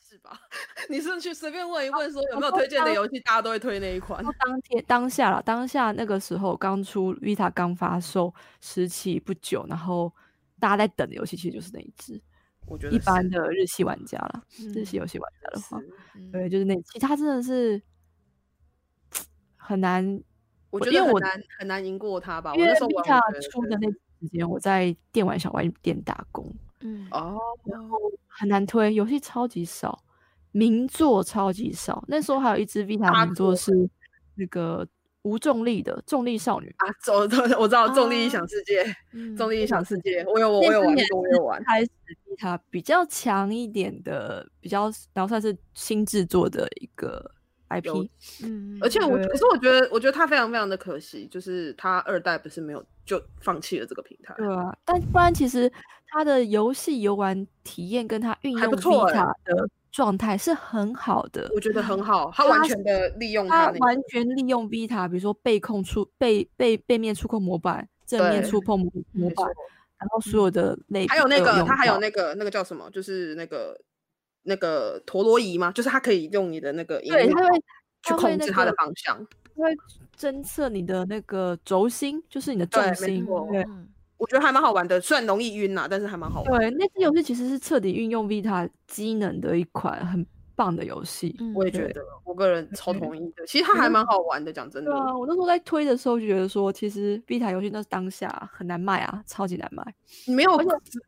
是吧？ 你是去随便问一问，说有没有推荐的游戏，大家都会推那一款。当天当下了，当下那个时候刚出 Vita 刚发售时期不久，然后大家在等的游戏其实就是那一只，我觉得一般的日系玩家啦，日系游戏玩家的话，对，就是那其他真的是很难，我我觉因得为很我难很难赢过他啊吧。我因为那时候玩我 Vita 出觉得的那段时间我在电玩小玩店打工，嗯，哦，很难推，游戏超级少，名作超级少。那时候还有一只 Vita 大名作作是那个无重力的重力少女，啊，走 走，我知道哦《重力异啊想世界》，嗯《重力异想世界》，我有我那有只玩也过，我是有玩。开始比它比较强一点的，比较然后算是新制作的一个 IP，有嗯，而且我对可是我觉得，我觉得他非常非常的可惜，就是他二代不是没有就放弃了这个平台。对啊。但不然其实它的游戏游玩体验跟它运还用不错欸 Vita 的状态是很好的，我觉得很好，他完全的利用他它那个完全利用 Vita，比如说背控触背背背面触控模板，正面对触碰模模没错嗯板，然后所有的类还有别那都个，用它还有到那个那个叫什么，就是那个那个陀螺仪吗？就是它可以用你的那个荧对，幕它会去它会控那制它的个方向。它会侦测你的那个轴心，就是你的对重没心，错对。嗯我觉得还蛮好玩的，虽然容易晕呐、啊但是还蛮好玩。对，那只游戏其实是彻底运用 Vita 机能的一款很棒的游戏。嗯我也对觉得，我个人超对同意的。其实它还蛮好玩的，讲真的对。啊，我那时候在推的时候就觉得说，其实 Vita 游戏那当下很难卖啊，超级难卖，你没有，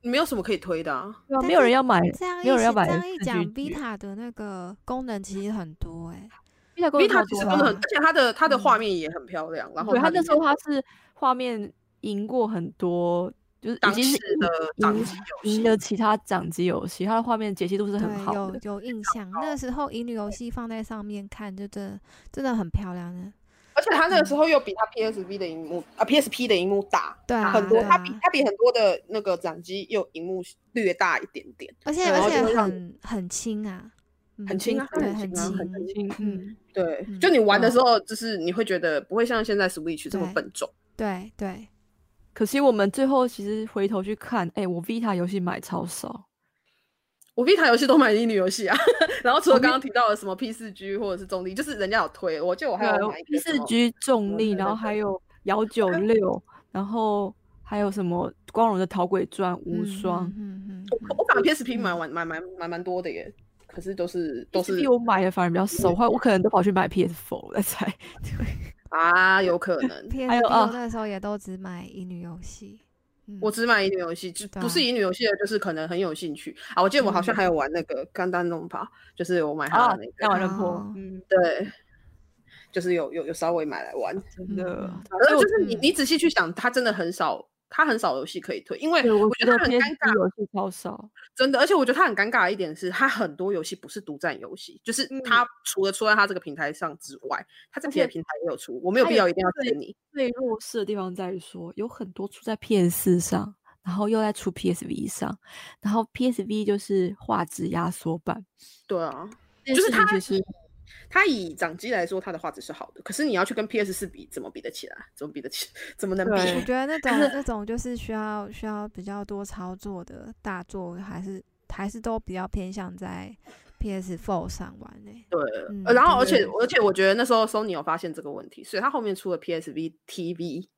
你没有什么可以推的啊。对啊但没有是人要买。这样一没有人要想买这样一四讲 G 剧，Vita 的那个功能其实很多 哎， Vita 功能超 Vita 其多实的真的很，啊，嗯而且它的它的画面也很漂亮。然后对，它那的时候它是画面赢过很多，就是已当经是时赢的掌赢机游赢戏，了其他掌机游戏，它的画面解析度是很对，好有的。有印象，那时候乙女游戏放在上面看，就真的真的很漂亮的，而且它嗯那个时候又比它 PSV 的荧幕啊 PSP 的荧幕大。对啊，很多，对它啊比它比很多的那个掌机又荧幕略大一点点，而且对然而后且就会让很很轻啊，嗯很轻啊对，很很轻啊很轻，嗯，对，嗯就你玩啊的时候，就是你会觉得不会像现在 Switch 这么对笨重，对对，可惜我们最后其实回头去看，哎、我 Vita 游戏买超少，我 Vita 游戏都买乙女游戏啊， 然后除了我刚刚提到的什么 P 四 G 或者是中立，就是人家有推，我记得我还有买一个第什四么 G 重力，对然后对啊还有幺九六，然后还有什么光荣的逃鬼传无嗯双，嗯嗯嗯我我反正 PSP 买完买买买蛮多的耶，可是都是都是比我买的反而比较少，后来我可能都跑去买 PS4 我 在猜。啊，有可 能 PSP 还有啊我那时候也都只买乙女游戏，嗯我只买乙女游戏，就对不是啊乙女游戏的，就是可能很有兴趣啊。我记得我好像还有玩那个《干单弄吧》，就是我买它啊的那，那个，完了破哦，嗯，对，就是有有有稍微买来玩，真的嗯。反正我就是你嗯你仔细去想，它真的很少，它很少游戏可以推，因为对，我觉觉得得它很 PS 尴尬，游戏超少，真的。而且我觉得它很尴尬的一点是，它很多游戏不是独占游戏，就是嗯它除了出在它这个平台上之外，它在而别的且平台也有出，我没有它必也要一定要对推你。最弱势的地方在于说，有很多出在 PS 上，然后又在出 PSV 上，然后 PSV 就是画质压缩版，对啊，就就是它其实它以掌机来说，它的画质是好的，可是你要去跟 PS 四比，怎么比得起来？怎么比得起？怎么能我比对？觉得那种那种就是需要需要比较多操作的大作，还是还是都比较偏向在 PS4 上玩呢、对，嗯呃然后而真且的而且我觉得那时候 Sony 有发现这个问题，所以它后面出了 PSV TV。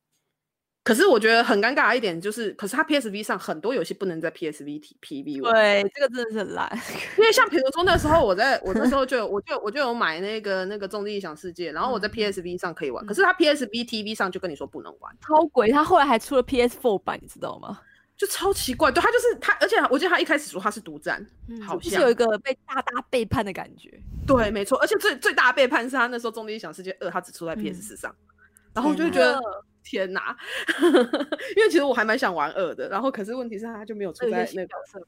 可是我觉得很尴尬的一点就是，可是它 PSV 上很多游戏不能在 PSV T PV 玩，对嗯这个真的是 很烂。因为像比如说那时候我在我那 时候就有我就我就有买那个那个《重力异想世界》，然后我在嗯 PSV 上可以玩，可嗯是它 PSV TV 上就跟你说不能玩，超鬼，他后来还出了 PS4 版，你知道吗？就超奇怪。对，它就是它，而且我记得它一开始说它是独占，嗯，好就是像有一个被大大背叛的感觉。对，没错，而且最最大的背叛是他那时候《重力异想世界二》，他只出在嗯 PS 四上，然后我就天会觉得天哪， 因为其实我还蛮想玩二的，然后可是问题是他就没有出这个在游戏那个角色，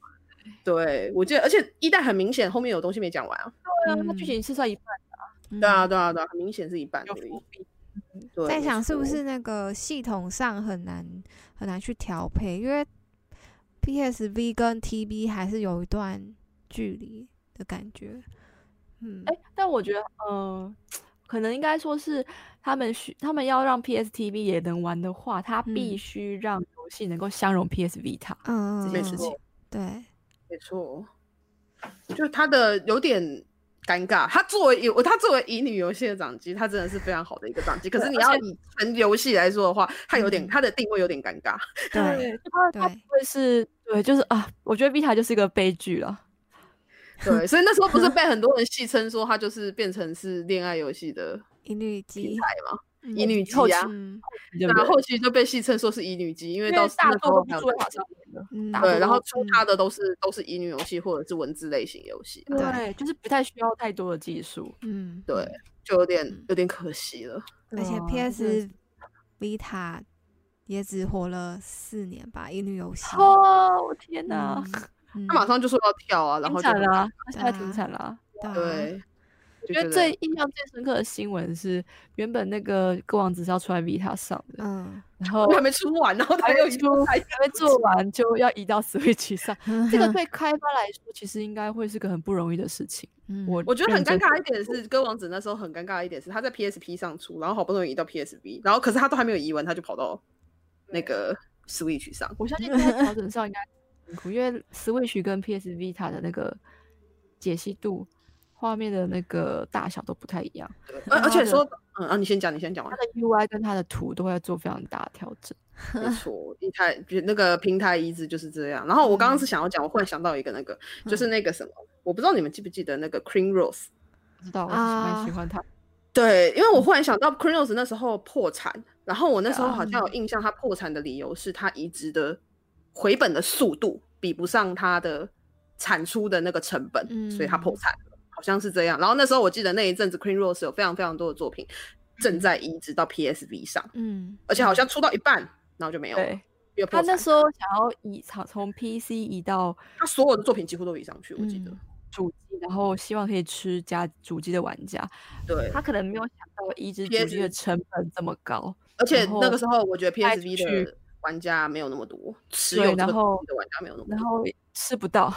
对，我记得，而且一代很明显后面有东西没讲完啊。对啊，嗯它剧情是算一半嗯对啊，对啊，对啊，很明显是一半有而已伏。笔。对，在没想是不错是那个系统上很难很难去调配，因为 PSV 跟 TB 还是有一段距离的感觉。嗯，哎、但我觉得，呃，可能应该说是他们需，他们要让 PSTV 也能玩的话，它必嗯须让游戏能够相容 PS Vita 嗯，嗯这件嗯事情。对，没错，就它的有点尴尬。它作为我，它作为乙女游戏的掌机，它真的是非常好的一个掌机。可是你要以纯游戏来说的话，它有点嗯它的定位有点尴 尬。 对，就它它对不会是，对，就是啊，我觉得 Vita 就是一个悲剧了。对，所以那时候不是被很多人戏称说它就是变成是恋爱游戏的一律平机台，嘛，乙女机后期啊。嗯对不然对？后后期就被戏称说是乙女机，因为因到为大那时作候都还是有出在上面的，嗯，大对，作然后都出它的都是都是乙女游戏或者是文字类型游戏，啊对，就是不太需要太多的技术。嗯，对嗯，就有点有点可惜了。而且哇 PS Vita 也只活了四年吧，一女游戏。哦，我天哪，嗯，嗯他马上就说要跳啊，然停后就产了啊，它现在对停啊产了啊。对啊对，我就觉得最印象最深刻的新闻是，原本那个《歌王子》是要出来 Vita 上的，嗯，然后 我还没出完，然后他哦还又没一出，还没做完就要移到 Switch 上， 嗯 这个对开发来说其实应该会是个很不容易的事情。嗯我我觉得很认尴真尬一点是，歌王子那时候很尴尬一点是，他在 PSP 上出，然后好不容易移到 PSV，然后可是他都还没有移完，他就跑到那个 Switch 上。我 相信在调整上应该很苦，因为 Switch 跟 PS Vita 的那个解析度、画面的那个大小都不太一样，对，呃而而且说，嗯啊，你先讲，你先讲完它。 的 UI 跟它的图都会做非常大的调整。没错，一台比那个平台移植就是这样。然后我刚刚是想要讲，我忽然想到一个那个，就是那个什么，我不知道你们记不记得那个 Cream Rose。不知道我是蛮喜啊欢它，对，因为我忽然想到 c r i n o s 那时候破产，然后我那时候嗯对啊好像有印象，他破产的理由是他移植的回本的速度比不上他的产出的那个成本，所以他破嗯产了，好像是这样。然后那时候我记得那一阵子 c r i n o s 有非常非常多的作品嗯正在移植到 PSV 上，嗯，而且好像出到一半，然后就没有了，对，因为它破那产。时候想要移从从 PC 移到他所有的作品几乎都移上去，我记得。嗯主机，然后希望可以吃家主机的玩家，对，他可能没有想到移植主 PS 机的成本这么高，而且然那后个时候我觉得卖出 PSV 的去玩家没有那么多，持对有这然个后东西的玩家没有那么然多。后吃不到。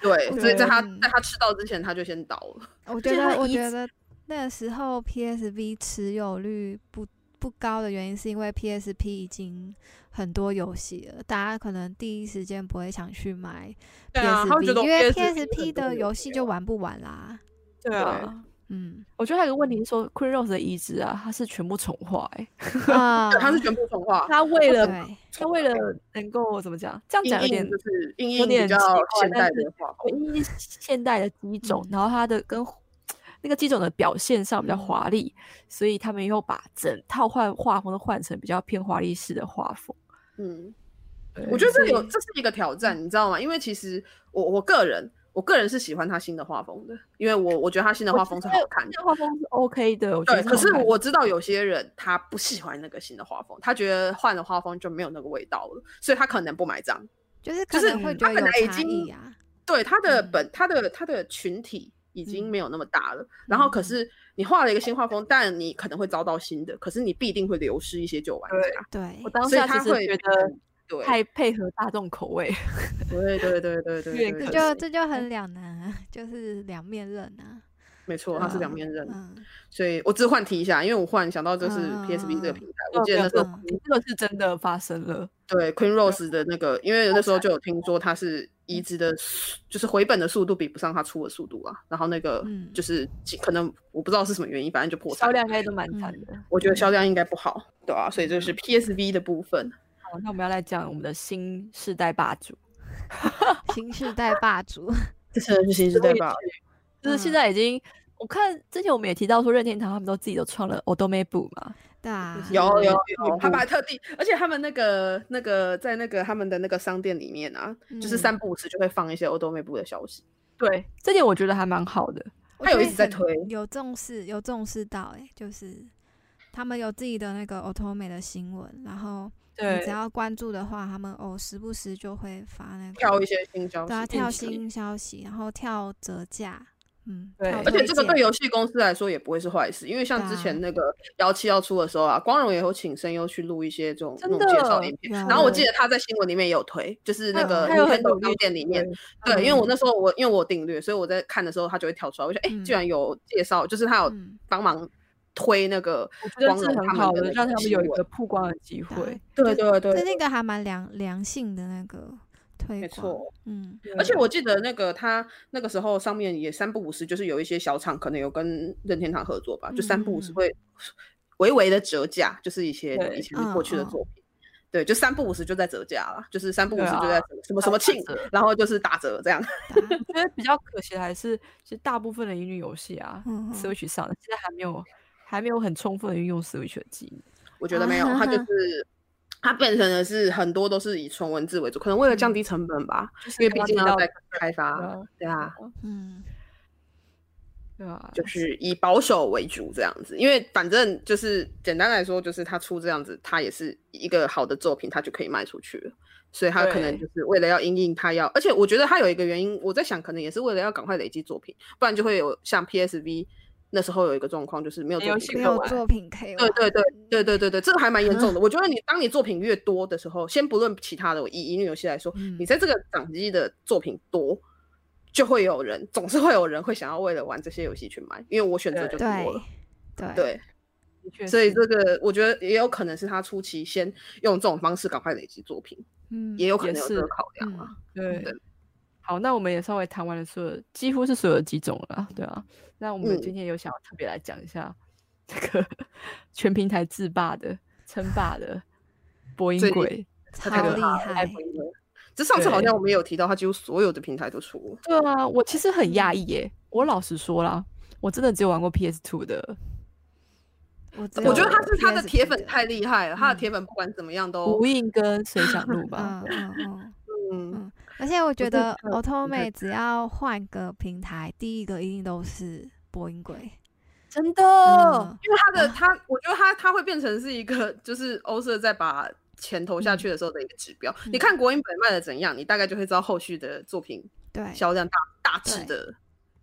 对，所以在他嗯在他吃到之前，他就先倒了。我且觉它得我移觉得那个时候 PSV 持有率不不高的原因，是因为 PSP 已经很多游戏了，大家可能第一时间不会想去买 PSV，、对啊他会觉得因为 PSP 很 PSP 多的游游戏戏啊就玩不完啦。对啊，嗯我觉得还有个问题是说 q u e e n Rose 的移植啊，它是全部重画、欸，啊， 对，他是全部重画，他为了欸对，他为了能够怎么讲，这样硬讲有点硬就是硬有硬点比较奇怪现代但是的画风。回应现代的机种嗯，然后它的跟那个机种的表现上比较华丽，所以他们又把整套换画风都换成比较偏华丽式的画风。嗯，对我觉得这所以有这是一个挑战，你知道吗？因为其实我我个人我个人是喜欢他新的画风的，因为我我觉得他新的我画觉风是得好看的这。个画风是 OK 的，我觉对，得可是好看我知道有些人他不喜欢那个新的画风，他觉得换了画风就没有那个味道了，所以他可能不买账。就是可就是嗯能会他觉得本来已有差经异啊。对他的嗯本、他的他的群体已经嗯没有那么大了，然后可嗯是你画了一个新画风，但你可能会招到新的，可是你必定会流失一些旧玩对家，对我，当所以下其他实会觉得对太配合大众口味，对对对对对有对对，点可这惜就这就嗯很两难啊， 就是两面刃啊。没错，他是两面刃，嗯，所以我只是换题一下，因为我忽然想到就是嗯啊嗯 PSB 这个嗯平台，我记得那时这候个这个是真的发生了。对 Queen Rose 的那个，因为那时候就有听说他是移嗯植的速，就是回本的速度比不上他出的速度啊，然后那个嗯就是几可能我不知道是什么原因，反正就破产销了，量应该都蛮惨的。我觉得销量应该不好，对啊，所以这是 PSB 的部分。好，那我们要来讲我们的新世代霸主，新时代霸主，这真的是新时代吧？就是嗯现在已经，我看之前我们也提到说任天堂他们都自己都创了 o d o m e b u 嘛，对啊，是有有嗯有，他把特地，而且他们那个那个在那个他们的那个商店里面啊，就是嗯三不五时就会放一些欧多美部的消息。对，这点我觉得还蛮好的。我他觉有一得直在很推有重视，有重视到、欸，就是他们有自己的那个 Otome 的新闻，然后对你只要关注的话，他们哦时不时就会发那个跳一些新消息，对啊，跳讯息新消息，然后跳折价，嗯，对跳而且推这个荐对游戏公司来说也不会是坏事，因为像之前那个幺七要出的时候啊，光荣也有请声优去录一些这种那真的种介绍影片，有然后我记得他在新闻里面也有推，就是那个他有他有很 Nintendo 努力商店里面，对对，因为嗯我那时候我因为我有订阅，所以我在看的时候他就会跳出来，我就哎、嗯居然有介绍，就是他有嗯帮忙推那个我觉光得荣是很他好们的的，让他们有一个个曝光的机会。对对对对，那个还蛮良良性的那个推没广，错。嗯，而且我记得那个他那个时候上面也三不五时，就是有一些小厂可能有跟任天堂合作吧，就三不五时嗯会微微的折价，就是一些对嗯以前过去的作品。对，就三不五时就在折价了，就是三不五对时就在啊什么什么打庆折，然后就是打折这样。打我觉得比较可惜的还是，其实大部分的音乐游戏啊、嗯哼 s w i t c h 上的现在还没有还没有很充分的运用 Switch 的技能。我觉得没有，它就 啊是它变成的是很多都是以纯文字为主，可能为了降低成本吧，嗯就是因为毕刚刚竟提要到在的开对发啊，对啊。嗯，对啊，就是以保守为主这样子，因为反正就是简单来说，就是他出这样子，他也是一个好的作品，他就可以卖出去了。所以他可能对就是为了要因应他要，而且我觉得他有一个原因，我在想可能也是为了要赶快累积作品，不然就会有像 PSV 那时候有一个状况，就是没有没作有品新没可以作有玩。作品可以玩，对对对对对对对，这个还蛮 严重的。我觉得你当你作品越多的时候，先不论其他的，我以音乐游戏来说，嗯你在这个掌机的作品多，就会有人总是会有人会想要为了玩这些游戏去买，因为我选择就多对了。对对，的确所以是这个我觉得也有可能是他初期先用这种方式赶快累积作品，嗯，也有可能有也这个是考量啊。对对。好，那我们也稍微谈完了所有，几乎是所有的几种了啊，对啊。那我们嗯今天有想要特别来讲一下这个 全平台制霸的、称霸的播音最鬼，超太可厉怕害，这上次好对像我们也有提到，他几乎所有的平台都出了。对啊，我其实很讶异耶。我老实说啦，我真的只有玩过 PS Two 的，我只我觉得有他是他的 PSP 铁粉太厉害了，他嗯的铁粉不管怎么样都无印跟水响路吧嗯。嗯 嗯，嗯嗯而且我觉是得看 Automate 只要换个平台，第一个一定都是播音鬼，真的嗯，因为他的他，我觉得他他会变成是一个， 就是欧社在把钱投下去的时候的一个指标。你嗯看国营本卖的怎样，你大概就会知道后续的作品对销量大大致哎对的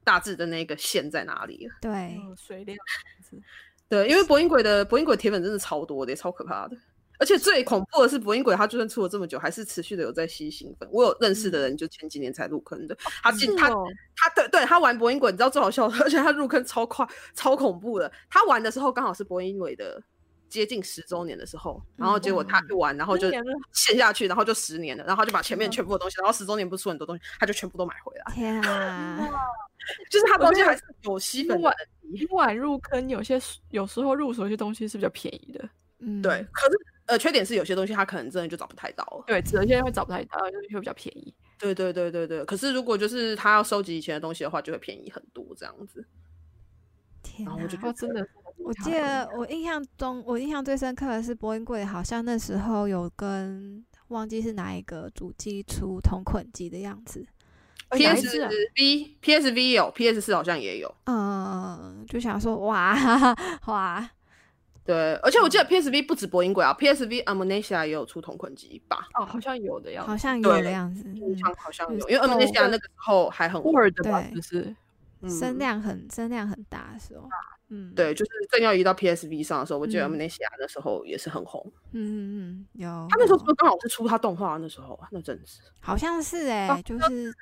大致的那个线在哪里了。对，嗯水量这样子对，因为博音鬼的博音鬼铁粉真的超多的，也超可怕的。而且最恐怖的是，博音鬼他就算出了这么久，还是持续的有在吸新粉。我有认识的人，就前几年才入坑的，他进、他是哦他对对，他玩博音鬼，你知道最好笑的，而且他入坑超快、超恐怖的。他玩的时候刚好是博音鬼的接近十周年的时候，然后结果他一玩，然后就十年了陷下去，然后就十年了，然后他就把前面全部的东西，然后十周年不是出很多东西，他就全部都买回来，天 啊，就是他我东西觉得还是有吸粉因的为。 你晚入坑，有些时有时候入手一些东西是比较便宜的，嗯，对，可是呃，缺点是有些东西他可能真的就找不太到了。对，只能现在会找不太到，就是会比较便宜。对对对对对，可是如果就是他要收集以前的东西的话，就会便宜很多这样子。天然啊后我就觉得哇，哦真的是很厉害，哦我记得我印象中，我印象最深刻的是播音柜，好像那时候有跟忘记是哪一个主机出同捆机的样子，哎哪一 PS 只啊 V PS V 有，PS 四好像也有。嗯，就想说哇 哇，对，而且我记得 PS V 不止播音轨啊，PS V Amnesia 也有出同捆机吧？哦，好像有的样好子。像有对的样子，印嗯，象好像有，嗯因为 Amnesia 哦那个时候还很火 Word 吧，对是不是？声嗯量很声量很大的时候，嗯，对，就是正要移到 PS V 上的时候，我记得嗯 Amnesia 那时候也是很红。嗯，嗯嗯，有。他那时候有是不是刚好是出他动画那时候啊，那阵子。好像是哎、哦就是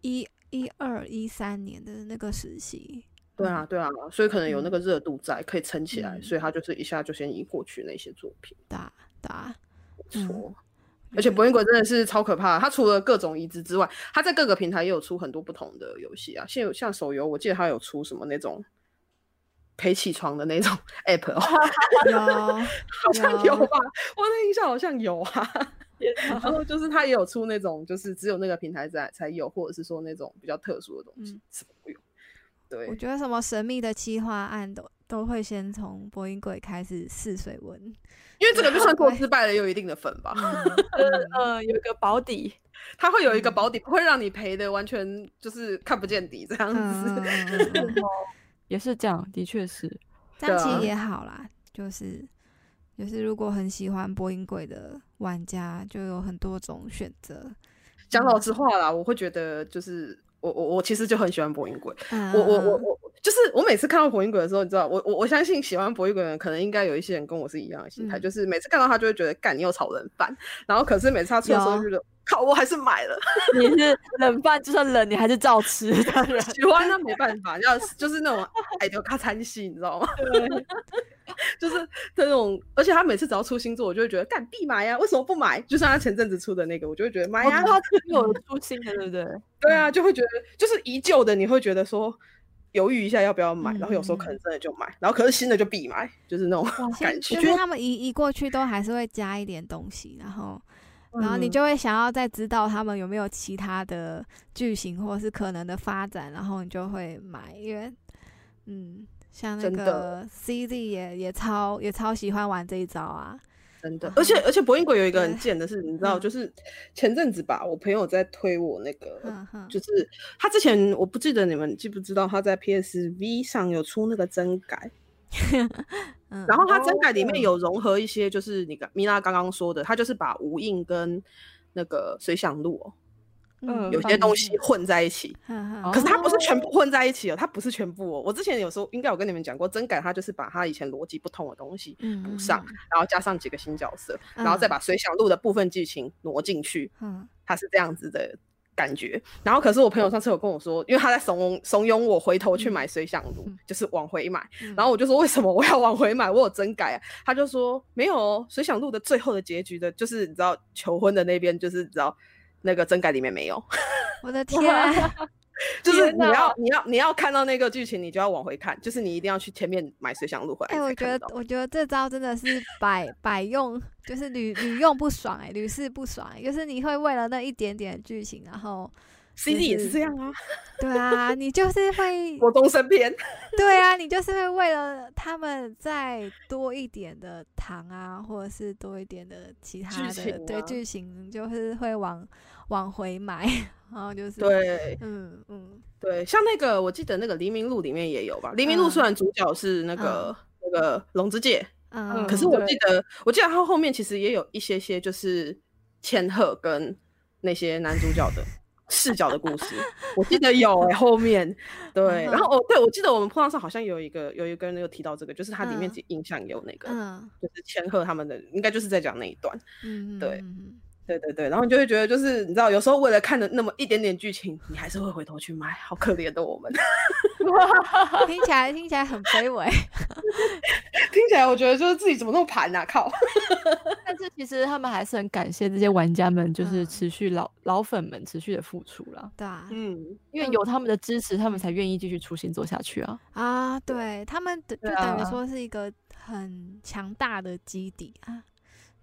一一二一三年的那个时期。对啊，嗯对啊，所以可能有那个热度在，可以撑起来，嗯所以他就是一下就先移过去那些作品。对啊，对 啊，没嗯错。我觉而且得博音鬼真的是超可怕的，它除了各种移植之外，它在各个平台也有出很多不同的游戏啊。现在有像手游，我记得它有出什么那种陪起床的那种 app 哦，有好像有啊有啊吧？我的印象好像有啊。 然后就是它也有出那种，就是只有那个平台才才有，或者是说那种比较特殊的东西嗯，什么都有。对，我觉得什么神秘的企划案都都会先从播音鬼开始试水温。因为这个就算做对失败了，也有一定的粉吧。嗯嗯呃，有一个保底，它会有一个嗯保底，不会让你赔的完全就是看不见底这样子。嗯嗯嗯 嗯嗯 也是这样，的确是。这样其对啊实也好啦，就是就是如果很喜欢播音鬼的玩家，就有很多种选择。讲老实话啦，我会觉得就是我我我其实就很喜欢播音鬼，嗯我我我我就是我每次看到火影鬼的时候，你知道，我我我相信喜欢火影鬼的人，可能应该有一些人跟我是一样的心态，嗯就是每次看到他就会觉得干你又炒冷饭，然后可是每次他出的时候有就觉得靠，我还是买了，你是冷饭就算冷，你还是照吃，当然喜欢那没办法，要就是那种哎矮丢咔餐戏，你知道吗？ 就是那种，而且他每次只要出新作，我就会觉得干必买呀、为什么不买？就像他前阵子出的那个，我就会觉得买我哎呀、知道这边有出新的，对不对？嗯对啊，就会觉得就是依旧的，你会觉得说犹豫一下要不要买，然后有时候可能真的就买，然后可是新的就必买，就是那种 感觉。就是他们移移过去都还是会加一点东西，然后嗯然后你就会想要再知道他们有没有其他的剧情或是可能的发展，然后你就会买，因为嗯，像那真的个 CZ 也也超也超喜欢玩这一招啊，真的，而且而且博音鬼有一个很对贱的是，你知道，嗯就是前阵子吧，我朋友在推我那个。哼哼，就是他之前我不记得你们记不知道他在 PSV 上有出那个真改，嗯，然后他真改里面有融合一些就是你刚米娜刚刚说的，他就是把无印跟那个水响路哦、嗯有些东西混在一起，哼嗯可哼，是它不是全部混在一起哦，它不是全部哦。我之前有时候应该有跟你们讲过，真改它就是把它以前逻辑不通的东西补嗯上，然后加上几个新角色，嗯然后再把水响路的部分剧情挪进去，嗯它是这样子的感觉。然后可是我朋友上次有跟我说，因为他在怂恿怂恿我回头去买水响路，嗯就是往回买。嗯然后我就说为什么我要往回买？我有真改啊。他就说没有哦，水响路的最后的结局的，就是你知道求婚的那边，就是你知道那个真改里面没有。我的天，就是天你哪要你要你要看到那个剧情，你就要往回看，就是你一定要去前面买水想录回来。哎、我觉得我觉得这招真的是百百用，就是屡屡用不爽哎、屡试不爽、欸，就是你会为了那一点点剧情，然后 C D 就也是是这样啊，对啊，你就是会国中生篇，对啊，你就是会为了他们再多一点的糖啊，或者是多一点的其他的剧情对啊剧情，你就是会往往回买，然后就是对嗯嗯对，像那个我记得那个黎明路里面也有吧，黎明路虽然主角是那个、那个龙之介，嗯，可是嗯我对记得我记得他后面其实也有一些些就是千鹤跟那些男主角的。视角的故事，我记得有哎、后 面对，嗯然后哦，对，我记得我们碰到上好像有一个有一个人有提到这个，就是它里面嗯影像有那个，嗯就是千鹤他们的，应该就是在讲那一段。嗯对嗯对对对，然后你就会觉得，就是你知道，有时候为了看的那么一点点剧情，你还是会回头去买，好可怜的我们。嗯听起来听起来很卑微， 听起来我觉得就是自己怎么那么盘啊，靠！但是其实他们还是很感谢这些玩家们，就是嗯持续老、老粉们持续的付出啦，对啊，嗯，因为嗯有他们的支持，他们才愿意继续出新做下去啊。啊，对他们的就对等于啊说是一个很强大的基底啊。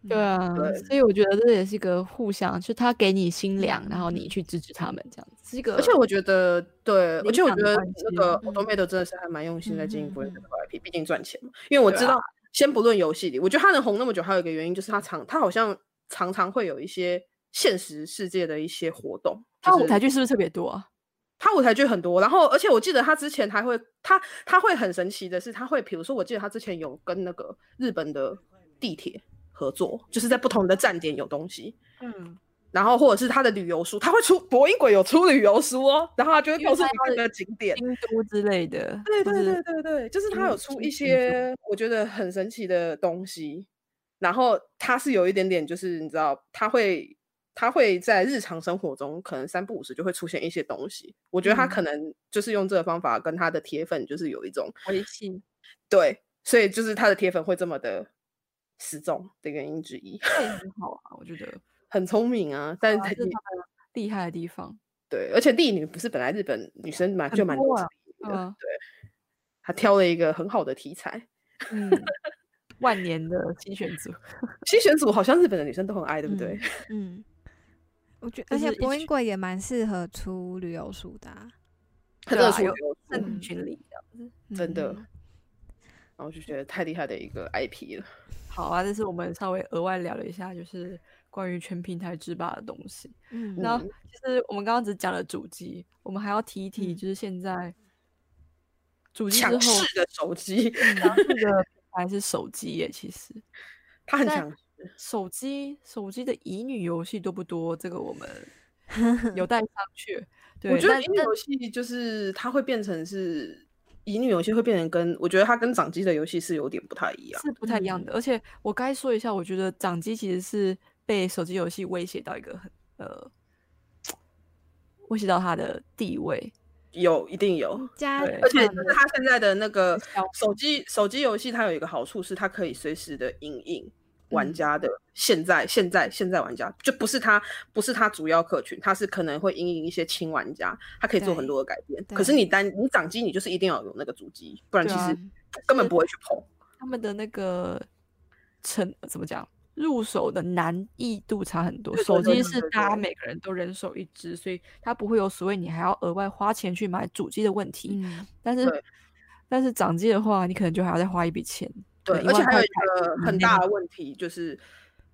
对嗯，啊，对所以我觉得这也是一个互相，就他给你心凉，然后嗯你去支持他们，这样子是一个。而且我觉得，对，而且我觉灵得感关系那个嗯 Automate 真的是还蛮用心在经营嗯嗯 b r 嗯 a n 的啊 IP，毕竟赚钱嘛。因为我知道，先不论游戏里，我觉得他能红那么久，还有一个原因就是他常，他好像常常会有一些现实世界的一些活动。就他是舞台剧是不是特别多啊？他舞台剧很多，然后而且我记得他之前还会，他他会很神奇的是，他会比如说，我记得他之前有跟那个日本的地铁合作，就是在不同的站点有东西，嗯，然后或者是他的旅游书，他会出博音鬼有出旅游书哦，然后他就会因为告诉他你那要个景点。京都之类的，对对或是对对对，就是他嗯有出新一新作些我觉得很神奇的东西，然后他是有一点点就是你知道，他会他会在日常生活中可能三不五时就会出现一些东西，我觉得嗯他可能就是用这个方法跟他的铁粉就是有一种维系。对，所以就是他的铁粉会这么的失踪的原因之一， 这也很好啊，我觉得很聪明啊，但是啊他这是也他们厉害的地方。对，而且地女不是本来日本女生蛮很就蛮多多子啊女的，嗯 对，他挑了一个很好的题材。嗯，万年的新选 组，新选组好像日本的女生都很爱，对不对？嗯，我觉得，就而且是一博群音鬼也蛮适合出旅游书的啊、很对热啊衷有流在行嗯群里的。真的嗯然后就觉得太厉害的一个 IP 了。好啊，这是我们稍微额外聊了一下，就是关于全平台制霸的东西。嗯，那嗯其实我们刚刚只讲了主机，我们还要提一提，嗯就是现在主机之强后势的手机，强势的品牌是手机耶，其实他很但强势，手机手机的乙女游戏多不多？这个我们有待商榷。对，我觉得但乙女游戏就是它会变成是乙女游戏会变成跟我觉得它跟掌机的游戏是有点不太一样。是不太一样嗯的。而且我该说一下，我觉得掌机其实是被手机游戏威胁到一个很呃，威胁到它的地位。有一定有，加对而且传就是它现在的那个消手机手机游戏，它有一个好处是它可以随时的引应玩嗯家的现在现在现在玩家，就不是它不是它主要客群，它是可能会引领一些轻玩家，它可以做很对多的改变。可是对你单你掌机，你就是一定要有那个主机，不然对其啊实嗯根本不会去碰。他们的那个成怎么讲？入手的难易度差很多，对对手对对机是对大家对每个人都人手一只，所以它不会有所谓你还要额外花钱去买主机的问题。嗯，但是对但是掌机的话，你可能就还要再花一笔钱，对，对而且1还万有块一台个币以嗯很内大的问题就是，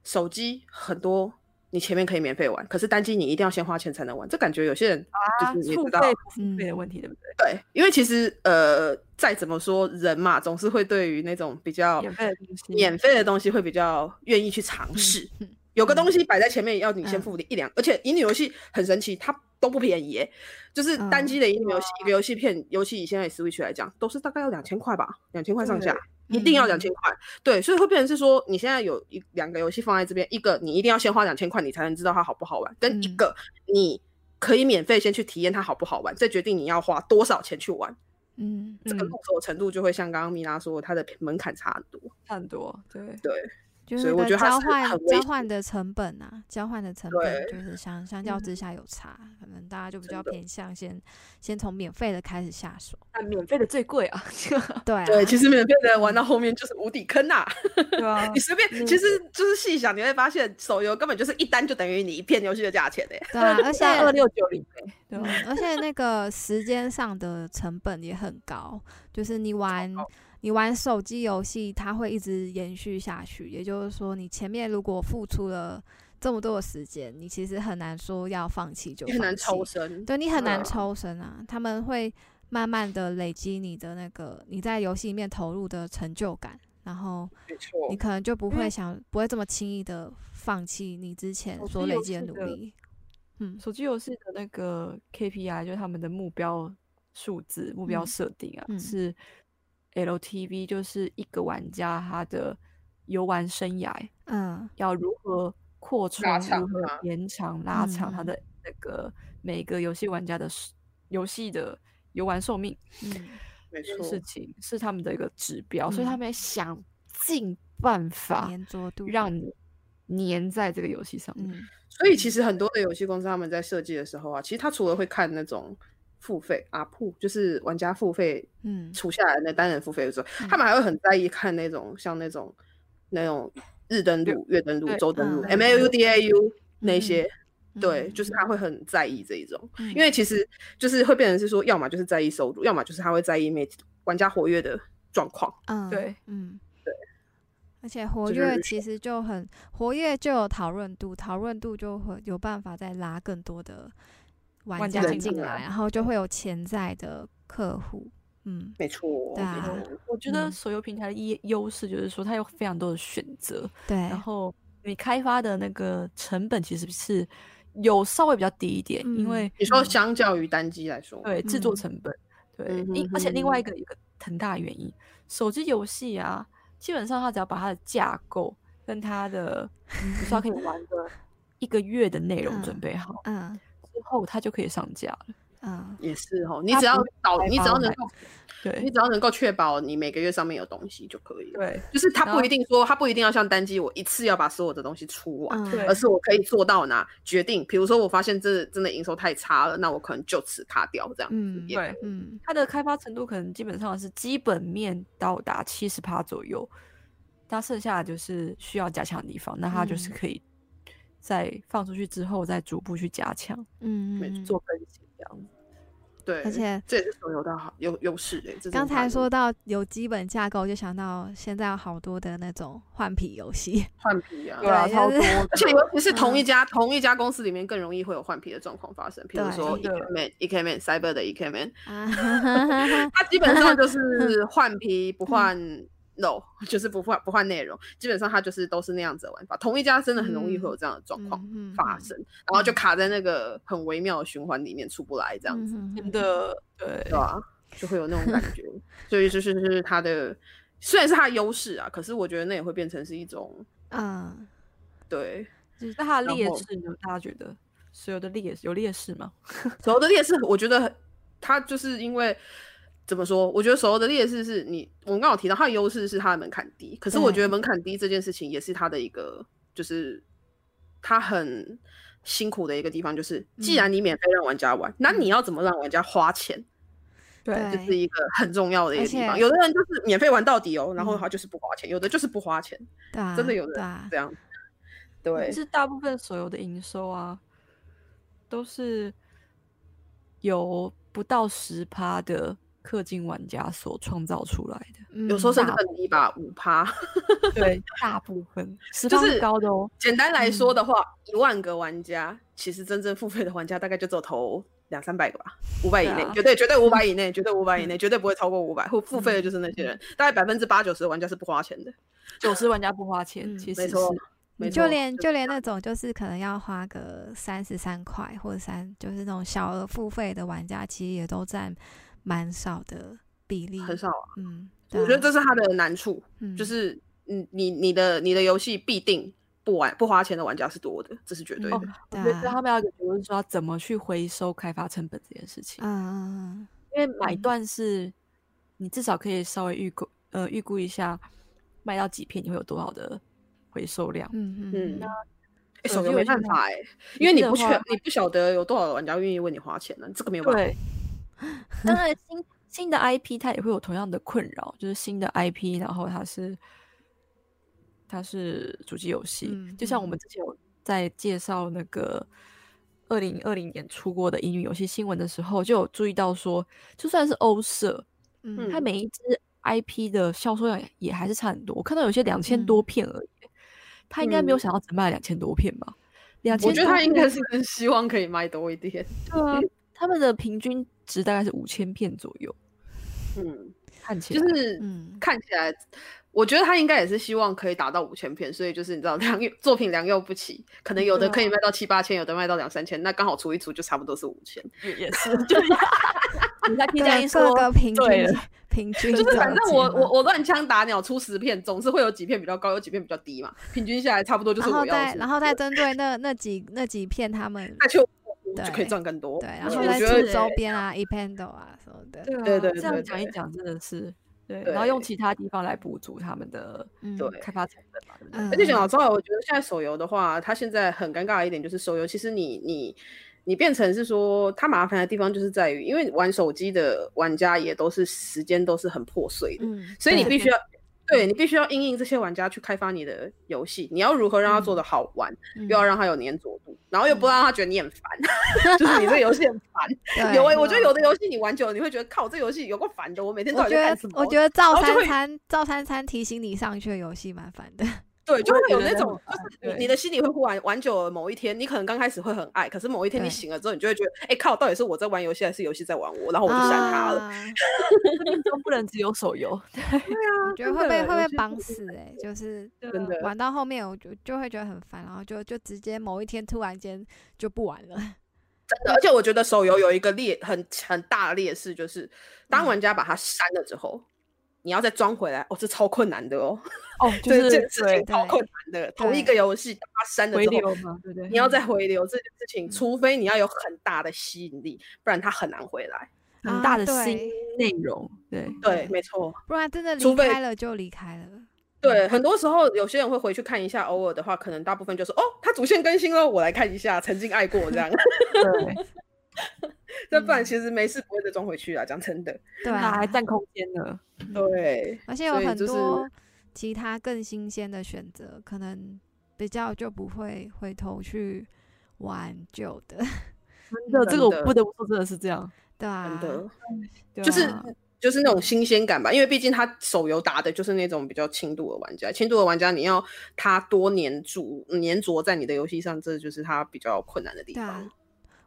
手机很多你前面可以免费玩，可是单机你一定要先花钱才能玩。这感觉有些人啊，就是你付知费道，嗯不付费的问题，对不对？对，因为其实呃，再怎么说人嘛，总是会对于那种比较免费的东西免费的东西会比较愿意去尝试。嗯有个东西摆在前面，要你先嗯付一两，而且乙女游戏很神奇，它都不便宜耶，就是单嗯机的乙女游戏，一个游戏片，尤其以现在 Switch 来讲，都是大概要两千块吧，两千块上下对，一定要嗯两千块。对，所以会变成是说，你现在有一两个游戏放在这边，一个你一定要先花两千块，你才能知道它好不好玩，跟一嗯个你可以免费先去体验它好不好玩，再决定你要花多少钱去玩。嗯，这个嗯入手程度就会像刚刚米拉说，它的门槛差很多。差很多，对。就所以是我那觉个得它交是换很危交险换的成本啊，交换的成本对嗯就是相相较之下有差，可能大家就比较偏向先先从免费的开始下手。那免费的最贵啊， 对啊，对，其实免费的玩到后面就是无底坑呐、对啊哦你，随便，嗯其实就是细想，你会发现手游根本就是一单就等于你一片游戏的价钱哎、对啊，而且二六九零，对嗯吧？，而且那个时间上的成本也很高，就是你玩你玩手机游戏，它会一直延续下去。也就是说，你前面如果付出了这么多的时间，你其实很难说要放弃就你很放难弃抽身。对你很难嗯抽身啊，他们会慢慢的累积你的那个你在游戏里面投入的成就感，然后没错你，可能就不因为会想不会这么轻易的放弃你之前手所机累游积的戏努的力。嗯，手机游戏的那个 KPI 就是他们的目标数字、目标嗯设定啊，嗯是 LTV，就是一个玩家他的游玩生涯嗯，要如何扩充、长如何它延长、拉长他嗯嗯的那个每个游戏玩家的寿游戏的游玩寿命。嗯没这件错，事情是他们的一个指标，所以他嗯们想尽办法粘着度，让你粘在这个游戏上面。 嗯所以其实很多的游戏公司他们在设计的时候啊，其实他除了会看那种付费啊铺，就是玩家付费嗯除下来的单人付费的时候，嗯他们还会很在意看那种像那种那种日登录、月登录、对周登录、嗯 M A U D A U 那些，嗯对，就是他会很在意这一种，嗯因为其实就是会变成是说，要么就是在意收入，要么就是他会在意每玩家活跃的状况。嗯，对，嗯，而且活这就跃是其实就很活跃，就有讨论度，讨论度就会有办法再拉更多的玩玩家家进进来啊来，然后就会有潜在的客户。嗯，没错，对啊没错我觉得嗯手游平台的优优势就是说，它有非常多的选择，对然，后你开发的那个成本其实是有稍微比较低一点，因嗯为你说相较于单机来说，对制作嗯成本，嗯对，一而且另哼外一个一个很大的原因，手机游戏啊，基本上它只要把它的架构跟它 的，比如说它可以玩个一个月的内容准嗯备好，嗯之后它就可以上架了。嗯也是哦，你它只要不找，开你发只要完能够你对只要能够确保你每个月上面有东西就可以了。对就是它然不后一定说，它不一定要像单机，我一次要把所有的东西出完，嗯，对而是我可以做到哪决定。比如说，我发现这真的营收太差了，那我可能就此卡掉这样。嗯也对，嗯它的开发程度可能基本上是基本面到达七十趴左右，那剩下的就是需要加强的地方，那它就是嗯可以在放出去之后再逐步去加强、嗯，没嗯做更新这样子。对，而且这也是手游的好优优势哎、这真的刚蛮才有说到有基本架构，就想到现在有好多的那种换皮游 戏，换皮啊，对嗯啊，就超是多 而且尤其是同一家、同一家公司里面，更容易会有换皮的状况发生。比如对说真的 Ekman、Ekman、Cyber 的 Ekman， 啊，嗯它基本上就是换皮不换肉， 就是不换不换内容，基本上它就是都是那样子的玩法。同一家真的很容易会有这样的状况嗯嗯嗯发生，然后就卡在那个很微妙的循环里面出不来，这样子，嗯真，的对对。吧、就会有那种感觉，所以就是就是它的虽然是它的优势啊，可是我觉得那也会变成是一种嗯，对 那它的然劣后势呢？大家觉得所有的劣有劣势吗？所有的劣势，我觉得它就是因为怎么说？我觉得所有的劣势是你，我们刚好提到它的优势是它的门槛低，可是我对觉得门槛低这件事情也是它的一个，就是它很辛苦的一个地方，就是既然你免费让玩家嗯玩，那你要怎么让玩家花钱，对就是一个很重要的一个地而方。且有的人就是免费玩到底哦，然后嗯他就是不花钱；有的就是不花钱，对啊，真的有的对啊这，样。对，是大部分所有的营收啊，都是有不到十趴的氪金玩家所创造出来的。有时候甚至嗯更低吧，五趴。对，大部分十就趴是高的哦。简单来说的话，一、万个玩家，其实真正付费的玩家大概就只有头两三百个吧，五百以对内，啊嗯绝对绝对五百以 内，绝对五百以内，绝对不会超过五百。付付费的就是那些人，大概百分之八九十的玩家是不花钱的， 九十玩家不花钱，嗯其实没是错，没你错就连就连那种就是可能要花个三十三块或者三，就是那种小额付费的玩家，其实也都占蛮少的比例。很少、啊。嗯，对我觉得啊这是它的难处，嗯就是你你你的你的游戏必定不玩不花钱的玩家是多的，这是绝对的。嗯我觉对得啊，他们要有讨论说要怎么去回收开发成本这件事情，嗯嗯因为买嗯断是你至少可以稍微预估呃预估一下卖到几片你会有多少的回收量。嗯嗯嗯那嗯，诶手手游机游没戏办呢法哎、手因为机你的不确话你不晓得有多少玩家愿意为你花钱呢、这个没有办法。 对，当然新新的 IP 它也会有同样的困扰，就是新的 IP，然后它是它是主机游戏，嗯就像我嗯们之前有在介绍那个二零二零年出过的乙女游戏新闻的时候，就有注意到说，就算是欧社，嗯它嗯每一只 IP 的销售量也也还是差很多，我看到有些两千嗯多片而已，它应该没有嗯想要只卖两千多片吧？两千，我觉得他应该是希望可以卖多一点。对啊，他们的平均值大概是五千片左右，嗯，看起来就是嗯看起来，我觉得他应该也是希望可以达到五千片，所以就是你知道 良莠作品良莠不齐，可能有的对啊可以卖到七八千，有的卖到两三千，那刚好除一除就差不多是五千。也也是，就是 你在啊听各各个平对均了值 平均就是值反正我嘛我我乱枪打鸟出十片，总是会有几片比较高，有几片比较低嘛，平均下来差不多就是然我要后的数再字。然后再针对那那几那几片他们再去对就可以赚更多。对，然后确再我觉是出得欸周边啊、e p a n d o 啊什么的。啊对对这样对讲一讲真的是对，对然后用其他地方来补足他们的嗯对开发成本嘛，对不对？嗯而且讲到之后，我觉得现在手游的话，它现在很尴尬的一点就是手游，其实你你你变成是说，它麻烦的地方就是在于，因为玩手机的玩家也都是时间都是很破碎的，嗯，所以你对必须要。对你必须要因应这些玩家去开发你的游戏，你要如何让它嗯做的好玩，又要让它有粘着度，然后又不让它觉得你很烦， 就是你这个游戏很烦。嗯有 对诶、我觉得有的游戏你玩久了，你会觉得靠，这游戏有够烦的，我每天到我底觉得在干什么？我觉得赵然后就三会餐赵三餐提醒你上去的游戏蛮烦的。对，就我会也有觉得那那种种，感就是觉你你的心里会忽然玩久了，某一天你可能刚开始会很爱，可是某一天你对醒了之后，你就会觉得，哎、靠，到底是我在玩游戏还是游戏在玩哦我？然后我就删它了。 啊都不能只有手游，我觉得真会的被有会些被绑死哎、就是真的玩到后面我就就会觉得很烦，然后就就直接某一天突然间就不玩了。真的，而且我觉得手游有一个劣很很大的劣势，就是当嗯玩家把它删了之后，你要再装回来，哦，这超困难的哦，哦，就这是件事情对超困难的。同一个游戏把它删了回之后，流嘛，对不对？你要再回流这件事情，嗯除非你要有很大的吸引力，不然它很难回来。很啊大的新对内容，对，对对，没错。不然真的除离非开了就离开了。嗯对，很多时候有些人会回去看一下，偶尔的话，可能大部分就是哦，它主线更新了，我来看一下，曾经爱过 这样。对，那不然嗯其实没事不会再装回去啊啦，讲真的。对那啊，还哎占空间呢，嗯对，而且有所以很就是多其他更新鲜的选择，可能比较就不会回头去玩旧的，嗯真的，这真个我的不得不说，真的是这样，对啊真，的对就是啊就是那种新鲜感吧，因为毕竟他手游打的就是那种比较轻度的玩家，轻度的玩家你要他多粘住粘着在你的游戏上，这就是他比较困难的地对啊方。。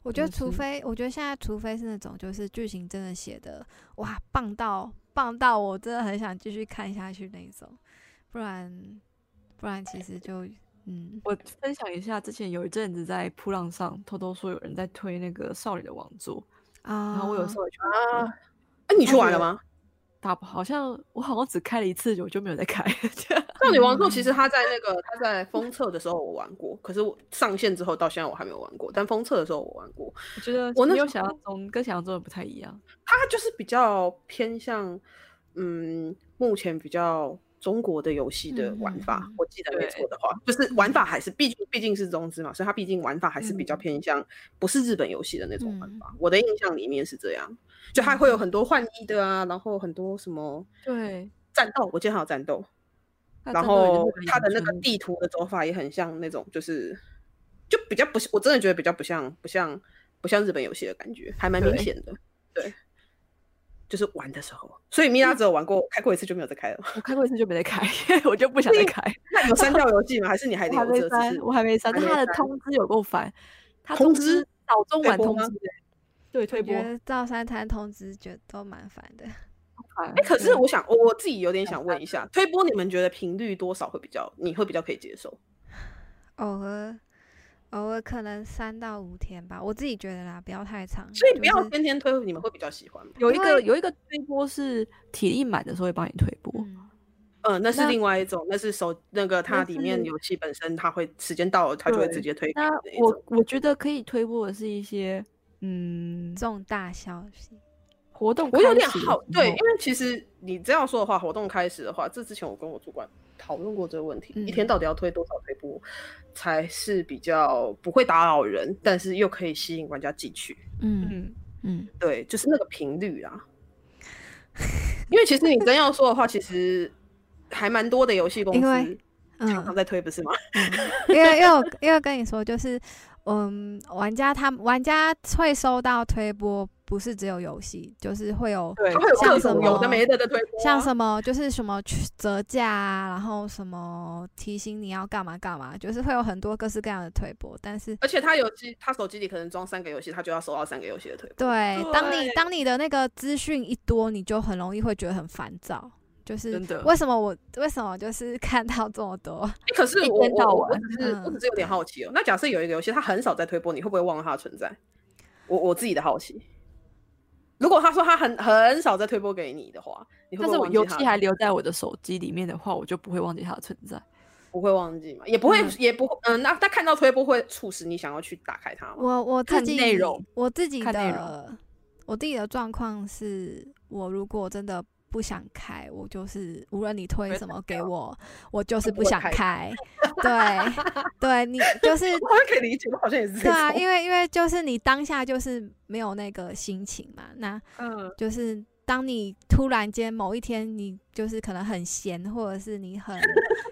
我觉得，也除是非我觉得现在，除非是那种就是剧情真的写的哇棒到棒到我真的很想继续看下去那一种，不然不然其实就嗯，我分享一下，之前有一阵子在扑浪上偷偷说有人在推那个少女的王座，啊，然后我有时候去啊，那你去玩了吗？打，好像我好像只开了一次，我就没有再开。 啊少女王座嗯其实它在那个它在封测的时候我玩过，可是我上线之后到现在我还没有玩过，但封测的时候我玩过，我觉得我那没有时想象中跟想象中的不太一样。它就是比较偏向嗯目前比较。中国的游戏的玩法，嗯我记得没对错的话，就是玩法还是毕竟毕竟是中资嘛，所以它毕竟玩法还是比较嗯偏向不是日本游戏的那种玩嗯法。我的印象里面是这样，就它会有很多换衣的啊，然后很多什么对，战斗，我记得还有战斗，那然真的有点后日本它的那影个子地图的走法也很像那种，就是就比较不是，我真的觉得比较不像不像不像日本游戏的感觉，还蛮明对显的。对，就是玩的时候，所以米拉只有玩过开过一次就没有再开了。 我开过一次就没再开，我就不想再开。那有删掉游戏吗？还是你还我还留没着？只删，是我还没删。还但没他的删通知有够烦，他通知知早中退晚播通吗知欸，对我退播觉。得照三餐通知觉得都蛮烦的。哎、可是嗯我想，我我自己有点想问一下，推播你们觉得频率多少会比较，你会比较可以接受？偶尔偶尔可能三到五天吧，我自己觉得啦，不要太长。所嗯以不就要是天天推，你们会比较喜欢吗？有一因个为有一个推播是体力满的时候会帮你推播，嗯，嗯，那是那另外一种，那是手那个它那里面是游戏本身，它会时间到了，它就会对直接推给那你的一种。我我觉得可以推播的是一些嗯重大消息，活动开我始有的时点候，好，对，因为其实你这样说的话，活动开始的话，这之前我跟我主管讨论过这个问题，一天嗯到底要推多少推播，才是比较不会打扰人，但是又可以吸引玩家进去，嗯嗯，嗯，对，就是那个频率 啊。因为其实你真要说的话，其实还蛮多的游戏公因为司嗯常常在推，不是吗？因为因为我因为跟你说，就是嗯，玩家他玩家会收到推播，不是只有游戏，就是会有对它会有像各什种有的么没的的推播啊，像什么就是什么去折价啊，然后什么提醒你要干嘛干嘛，就是会有很多各式各样的推播，但是。而且他游戏，他手机里可能装三个游戏，他就要收到三个游戏的推播。对，当你对当你的那个资讯一多，你就很容易会觉得很烦躁。就是真的为什么我为什么就是 看到这么多？诶可是一我天到我我晚只是我只嗯是有点好奇哦。那假设有一个游戏，它很少在推播，你会不会忘了它的存在？我我自己的好奇。如果他说他很很少在推播给你的话，你会但不会是我忘记游它戏还留在我的手机里面的话，我就不会忘记它的存在。不会忘记嘛？也不会、嗯也不嗯、那他看到推播会促使你想要去打开它吗？ 我我自看己内容我自己看内容的我自己的状况是，我如果真的不想开，我就是无论你推会什么掉给我，我就是不不会想开开。对对， 你就是我好像可以理解，我好像也是这对啊，种。因为因为就是你当下就是没有那个心情嘛，那嗯，就是当你突然间某一天，你就是可能很闲，或者是你 很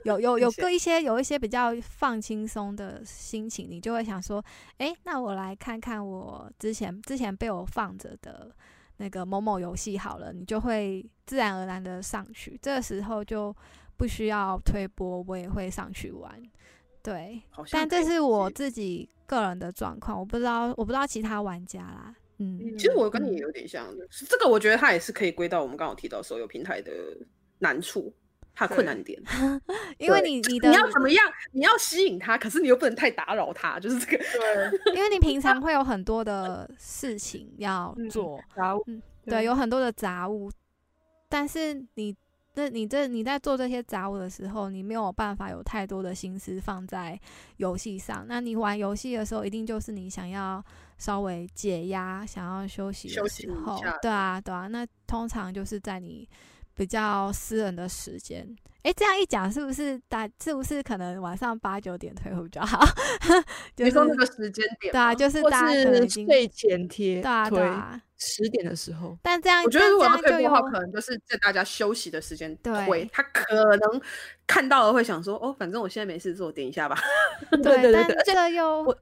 有有有闲个一些有一些比较放轻松的心情，你就会想说，诶，那我来看看我之前之前被我放着的那个某某游戏好了，你就会自然而然的上去，这时候就不需要推播，我也会上去玩。对，好像但可这以是理我解自己个人的状况，我不知道我不知道其他玩家啦，嗯，其实我跟你嗯有点像的，是这个我觉得它也是可以归到我们刚刚有提到手游平台的难处，它的困对难点。因为对你就是你的你要怎么样？你要吸引他，可是你又不能太打扰他，就是这个。对，因为你平常会有很多的事情要嗯做，然后对，有很多的杂物，但是你这你这你在做这些杂物的时候，你没有办法有太多的心思放在游戏上。那你玩游戏的时候，一定就是你想要稍微解压、想要休息休的息时一候下，对啊，对啊。那通常就是在你比较私人的时间。诶，这样一讲是不是大？是不是可能晚上八九点退会比较好？ 就你说那是个时间对点吗，啊，就是或大家可能是已经睡前贴对啊推对啊，十点的时候，但这样我觉得如果要但这样推就播的话，有可能就是在大家休息的时间对推。他可能看到了会想说，哦，反正我现在没事做，点一下吧。对对对但对而且这个又我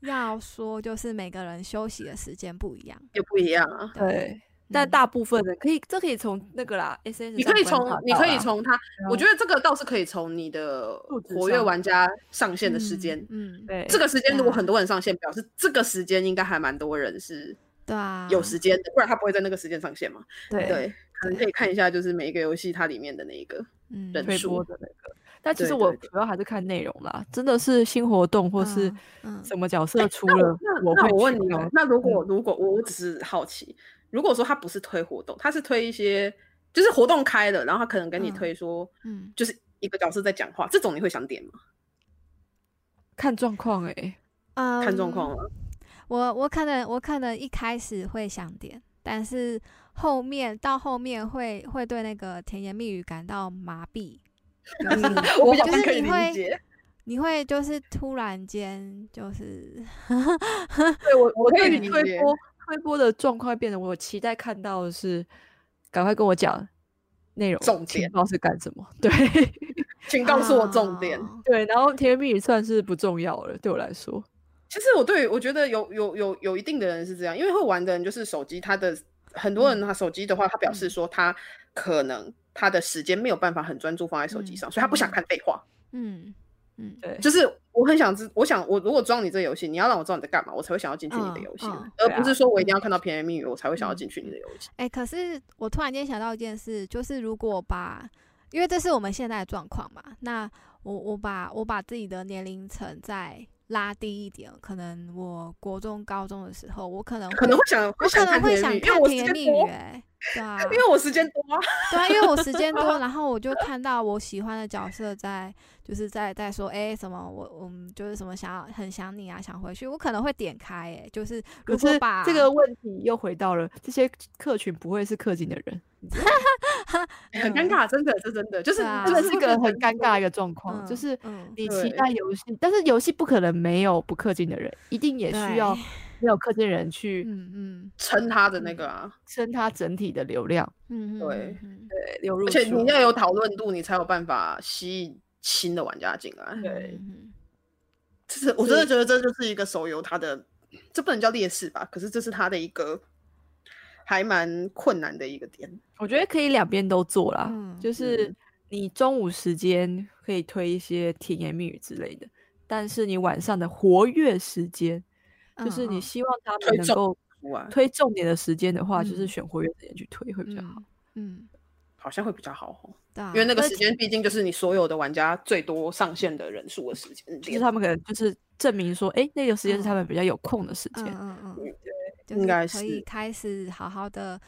要说，就是每个人休息的时间不一样。也不一样啊。对，对。但嗯大部分人可以，这可以从那个啦，S N 你可以从你可以从他，我觉得这个倒是可以从你的数值活跃上玩家啊上线的时嗯间。嗯，对这个时间如果很啊多人上线，表示这个时间应该还蛮多人是对啊，有时间的，不然他不会在那个时间上线嘛。对对，可能可以看一下，就是每一个游戏它里面的那一个嗯，人推数播的那个。但其对实我对对主要还是看内容啦，真的是新活动或是嗯嗯什么角色出哎那了我，哦那我那会我问去你看哦，那如果如果我我只是好奇，如果说他不是推活动，他是推一些就是活动开了，然后他可能跟你嗯推说，嗯，就是一个角色在讲话，这种你会想点吗？看状况哎，看状况嗯了。 我我可能我可能一开始会想点，但是后面到后面会会对那个甜言蜜语感到麻痹，就是 我比较就不是可以你理会解，你会就是突然间就是对我我可对以于理推解播推播的状况变得，我期待看到的是赶快跟我讲内容重情点报是干什么， 对请告诉我重点。哦对，然后甜言蜜语算是不重要了，对我来说，其实我对我觉得有有有有一定的人是这样，因为会玩的人就是手机，他的很多嗯人他手机的话，他表示说他可能他的时间没有办法很专注放在手机嗯上，所以他不想看废话。嗯嗯对，就是我很想知，我想我如果装你这个游戏，你要让我知道你在干嘛，我才会想要进去你的嗯游戏，嗯而对不啊是说我一定要看到甜言蜜语，我才会想要嗯进去你的游戏。哎、可是我突然间想到一件事，就是如果把，因为这是我们现在的状况嘛，那我我把我把自己的年龄层再拉低一点，可能我国中、高中的时候，我可能可能会想，我可想能看会甜言想蜜语，看因为我时甜言蜜间语、多，哎，对啊，因为我时间多啊。对啊，因为我时间多，然后我就看到我喜欢的角色在，就是在在说，哎、什么我我们就是什么想要很想你啊，想回去，我可能会点开、哎，就是如可果是把这个问题又回到了这些客群不会是氪金的人，你知道吗很尴尬，真的，这真的就是嗯对啊这就个是是会个变很 成尴尬的一个状况，嗯就是嗯你期对待游戏，但是游戏不可能没有不氪金的人，一定也需要对没有氪金的人去嗯嗯撑他的那个啊，撑它整体的流量，嗯，嗯对，嗯嗯对，流入而数，且你要有讨论度，你才有办法吸引新的玩家进来。对嗯嗯就是我真的觉得这就是一个手游它的，这不能叫劣势吧？可是这是它的一个还蛮困难的一个点。我觉得可以两边都做啦，嗯就是嗯你中午时间可以推一些甜言蜜语之类的，但是你晚上的活跃时间，嗯就是你嗯希望他们推能重嗯够哇，推重点的时间的话，就是嗯选活跃时间去推会比较好。嗯，嗯，好像会比较好哦，对啊，因为那个所以时间毕竟就是你所有的玩家最多上线的人数的时间就是点。他们可能就是证明说，哎、那个时间是他嗯们比较有空的时间嗯。嗯嗯，嗯就应是该可以是开始好好的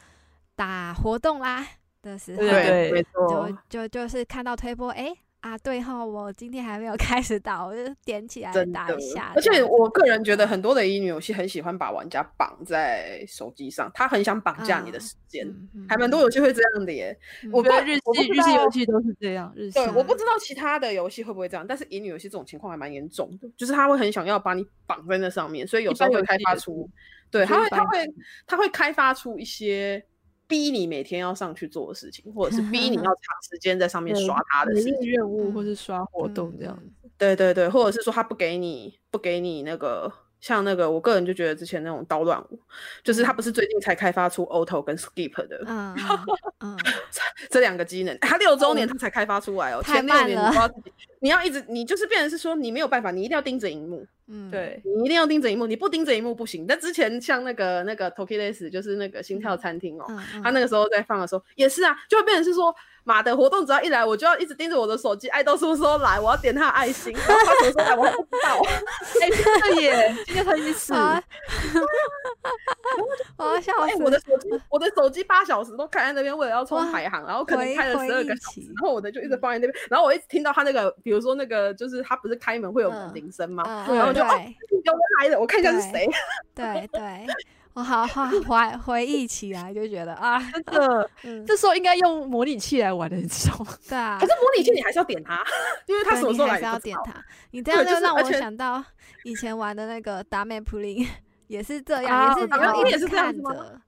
打活动啦的时候，对对没错就，就就是看到推播，哎、啊，对哈，我今天还没有 开始打，我就点起来真的打一下。而这且样我个人觉得很多的乙女游戏很喜欢把玩家绑在手机上，他很想绑架你的嗯时间，嗯嗯还蛮多游戏会这样的耶。嗯我我不觉得日我不系知日系道游戏都是这样，日系对，我是不知道其他的游戏会不会这样，但是乙女游戏这种情况还蛮严重的，就是他会很想要把你绑在那上面，所以有时候一般会游戏开发也是出，对，觉他得会一般他会他会开发出一些逼你每天要上去做的事情，或者是逼 你要长时间在上面对刷他的每事情，日任务或嗯是刷活动这样。嗯嗯对对对，或者是说他不给你不给你那个。像那个，我个人就觉得之前那种刀乱舞，就是嗯他不是最近才开发出 auto 跟 skip 的，啊 嗯嗯，嗯这两个机能，它六周年它才开发出来哦，太前六慢年了你都要自己，你要一直，你就是变成是说你没有办法，你一定要盯着荧幕，嗯，对，你一定要盯着荧幕，你不盯着荧幕不行。但之前像那个那个 Tokiles 就是那个心跳餐厅哦，嗯，嗯他那个时候在放的时候也是啊，就会变成是说马的活动只要一来，我就要一直盯着我的手机，爱豆什么时候来，我要点他的爱 心，然后他什么时候来我还不知道，哎、真的耶，今天很有意思。啊， 我要笑哎、死，我的手机我的手机八小时都开在那边，为了要冲排行，然后可能回开了回十二忆个小起，时然后我的就一直放在那边，然后我一直听到他那个，比如说那个就是他不是开门会有门嗯铃声吗？嗯然后嗯就哦对有人来了，我看一下对是谁。 对对，我好好怀回忆起来就觉得 啊，真的，嗯，这时候应该用模拟器来玩的，你知 道吗？对啊可，是模拟器你还是要点他，因为他对什么你时候还来是你要不知点道。它。你这样对就就是让而我且想到以前玩的那个达美普林，也是这样，啊也是我你知道要你一也直是这样看子吗着，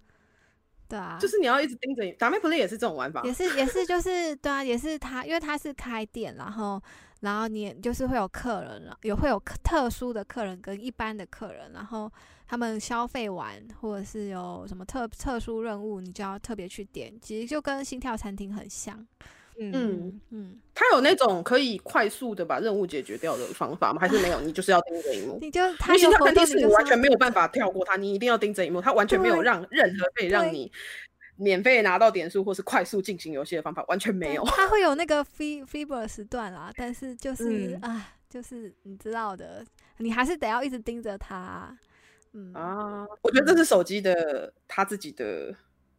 对啊，就是你要一直盯着你，打妹 play 也是这种玩法也，是也是就是对啊，也是他，因为他是开店，然后然后你也就是会有客人了，也会有客特殊的客人跟一般的客人，然后他们消费完或者是有什么特特殊任务，你就要特别去点，其实就跟心跳餐厅很像。 嗯，嗯嗯，它有那种可以快速的把任务解决掉的方法吗？还是没有？你就是要盯着荧幕。你就因他为心有跳活餐厅动，是你你就是完要全没有办法跳过它，你一定要盯着荧幕，它完全没有对让任何可以让对你免费拿到点数或是快速进行游戏的方法，完全没有。它会有那个 free free bird 时段啦，但是就是嗯啊、就是你知道的，你还是得要一直盯着它啊。嗯，啊，我觉得这是手机的他自己的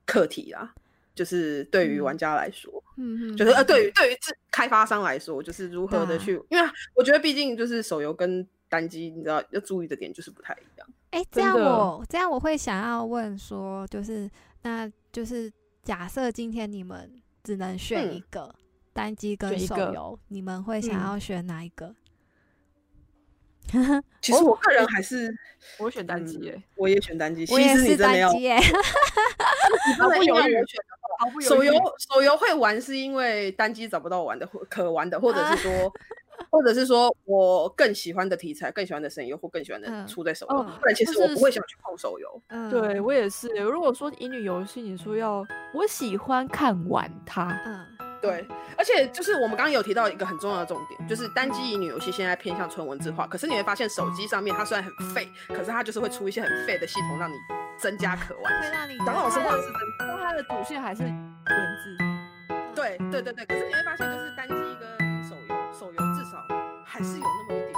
课题啦，就是对于玩嗯家来说，嗯嗯，就是呃，嗯对于对于自开发商来说，就是如何对啊的去，因为我觉得毕竟就是手游跟单机，你知道要注意的点就是不太一样。哎、这真样的我这样我会想要问说，就是那就是假设今天你们只能选嗯一个、单机跟选一手个游，你们会想嗯要选哪一个？其实我个人还是我会选单机嗯耶，我也选单机，我其也实你是真单的要，机 耶、你真毫的不硬犹要豫我选的话毫不犹手豫游手游会玩是因为单机找不到玩的或可玩的，或者啊是 说，或者是说我更喜欢的题材、更喜欢的声优或更喜欢嗯的出在手游，哦不然其就实我是不会想去碰手游。嗯，对我也是。如果说乙女游戏，你说要我喜欢看完它，嗯，对，而且就是我们刚刚有提到一个很重要的重点，就是单机乙女游戏现在偏向纯文字化，可是你会发现手机上面它虽然很废，可是它就是会出一些很废的系统，让你增加可玩会性。让你长老觉师得话是真的。但它的主线还是文字。对对对对，可是你会发现，就是单机跟手游，手游至少还是有那么一点嗯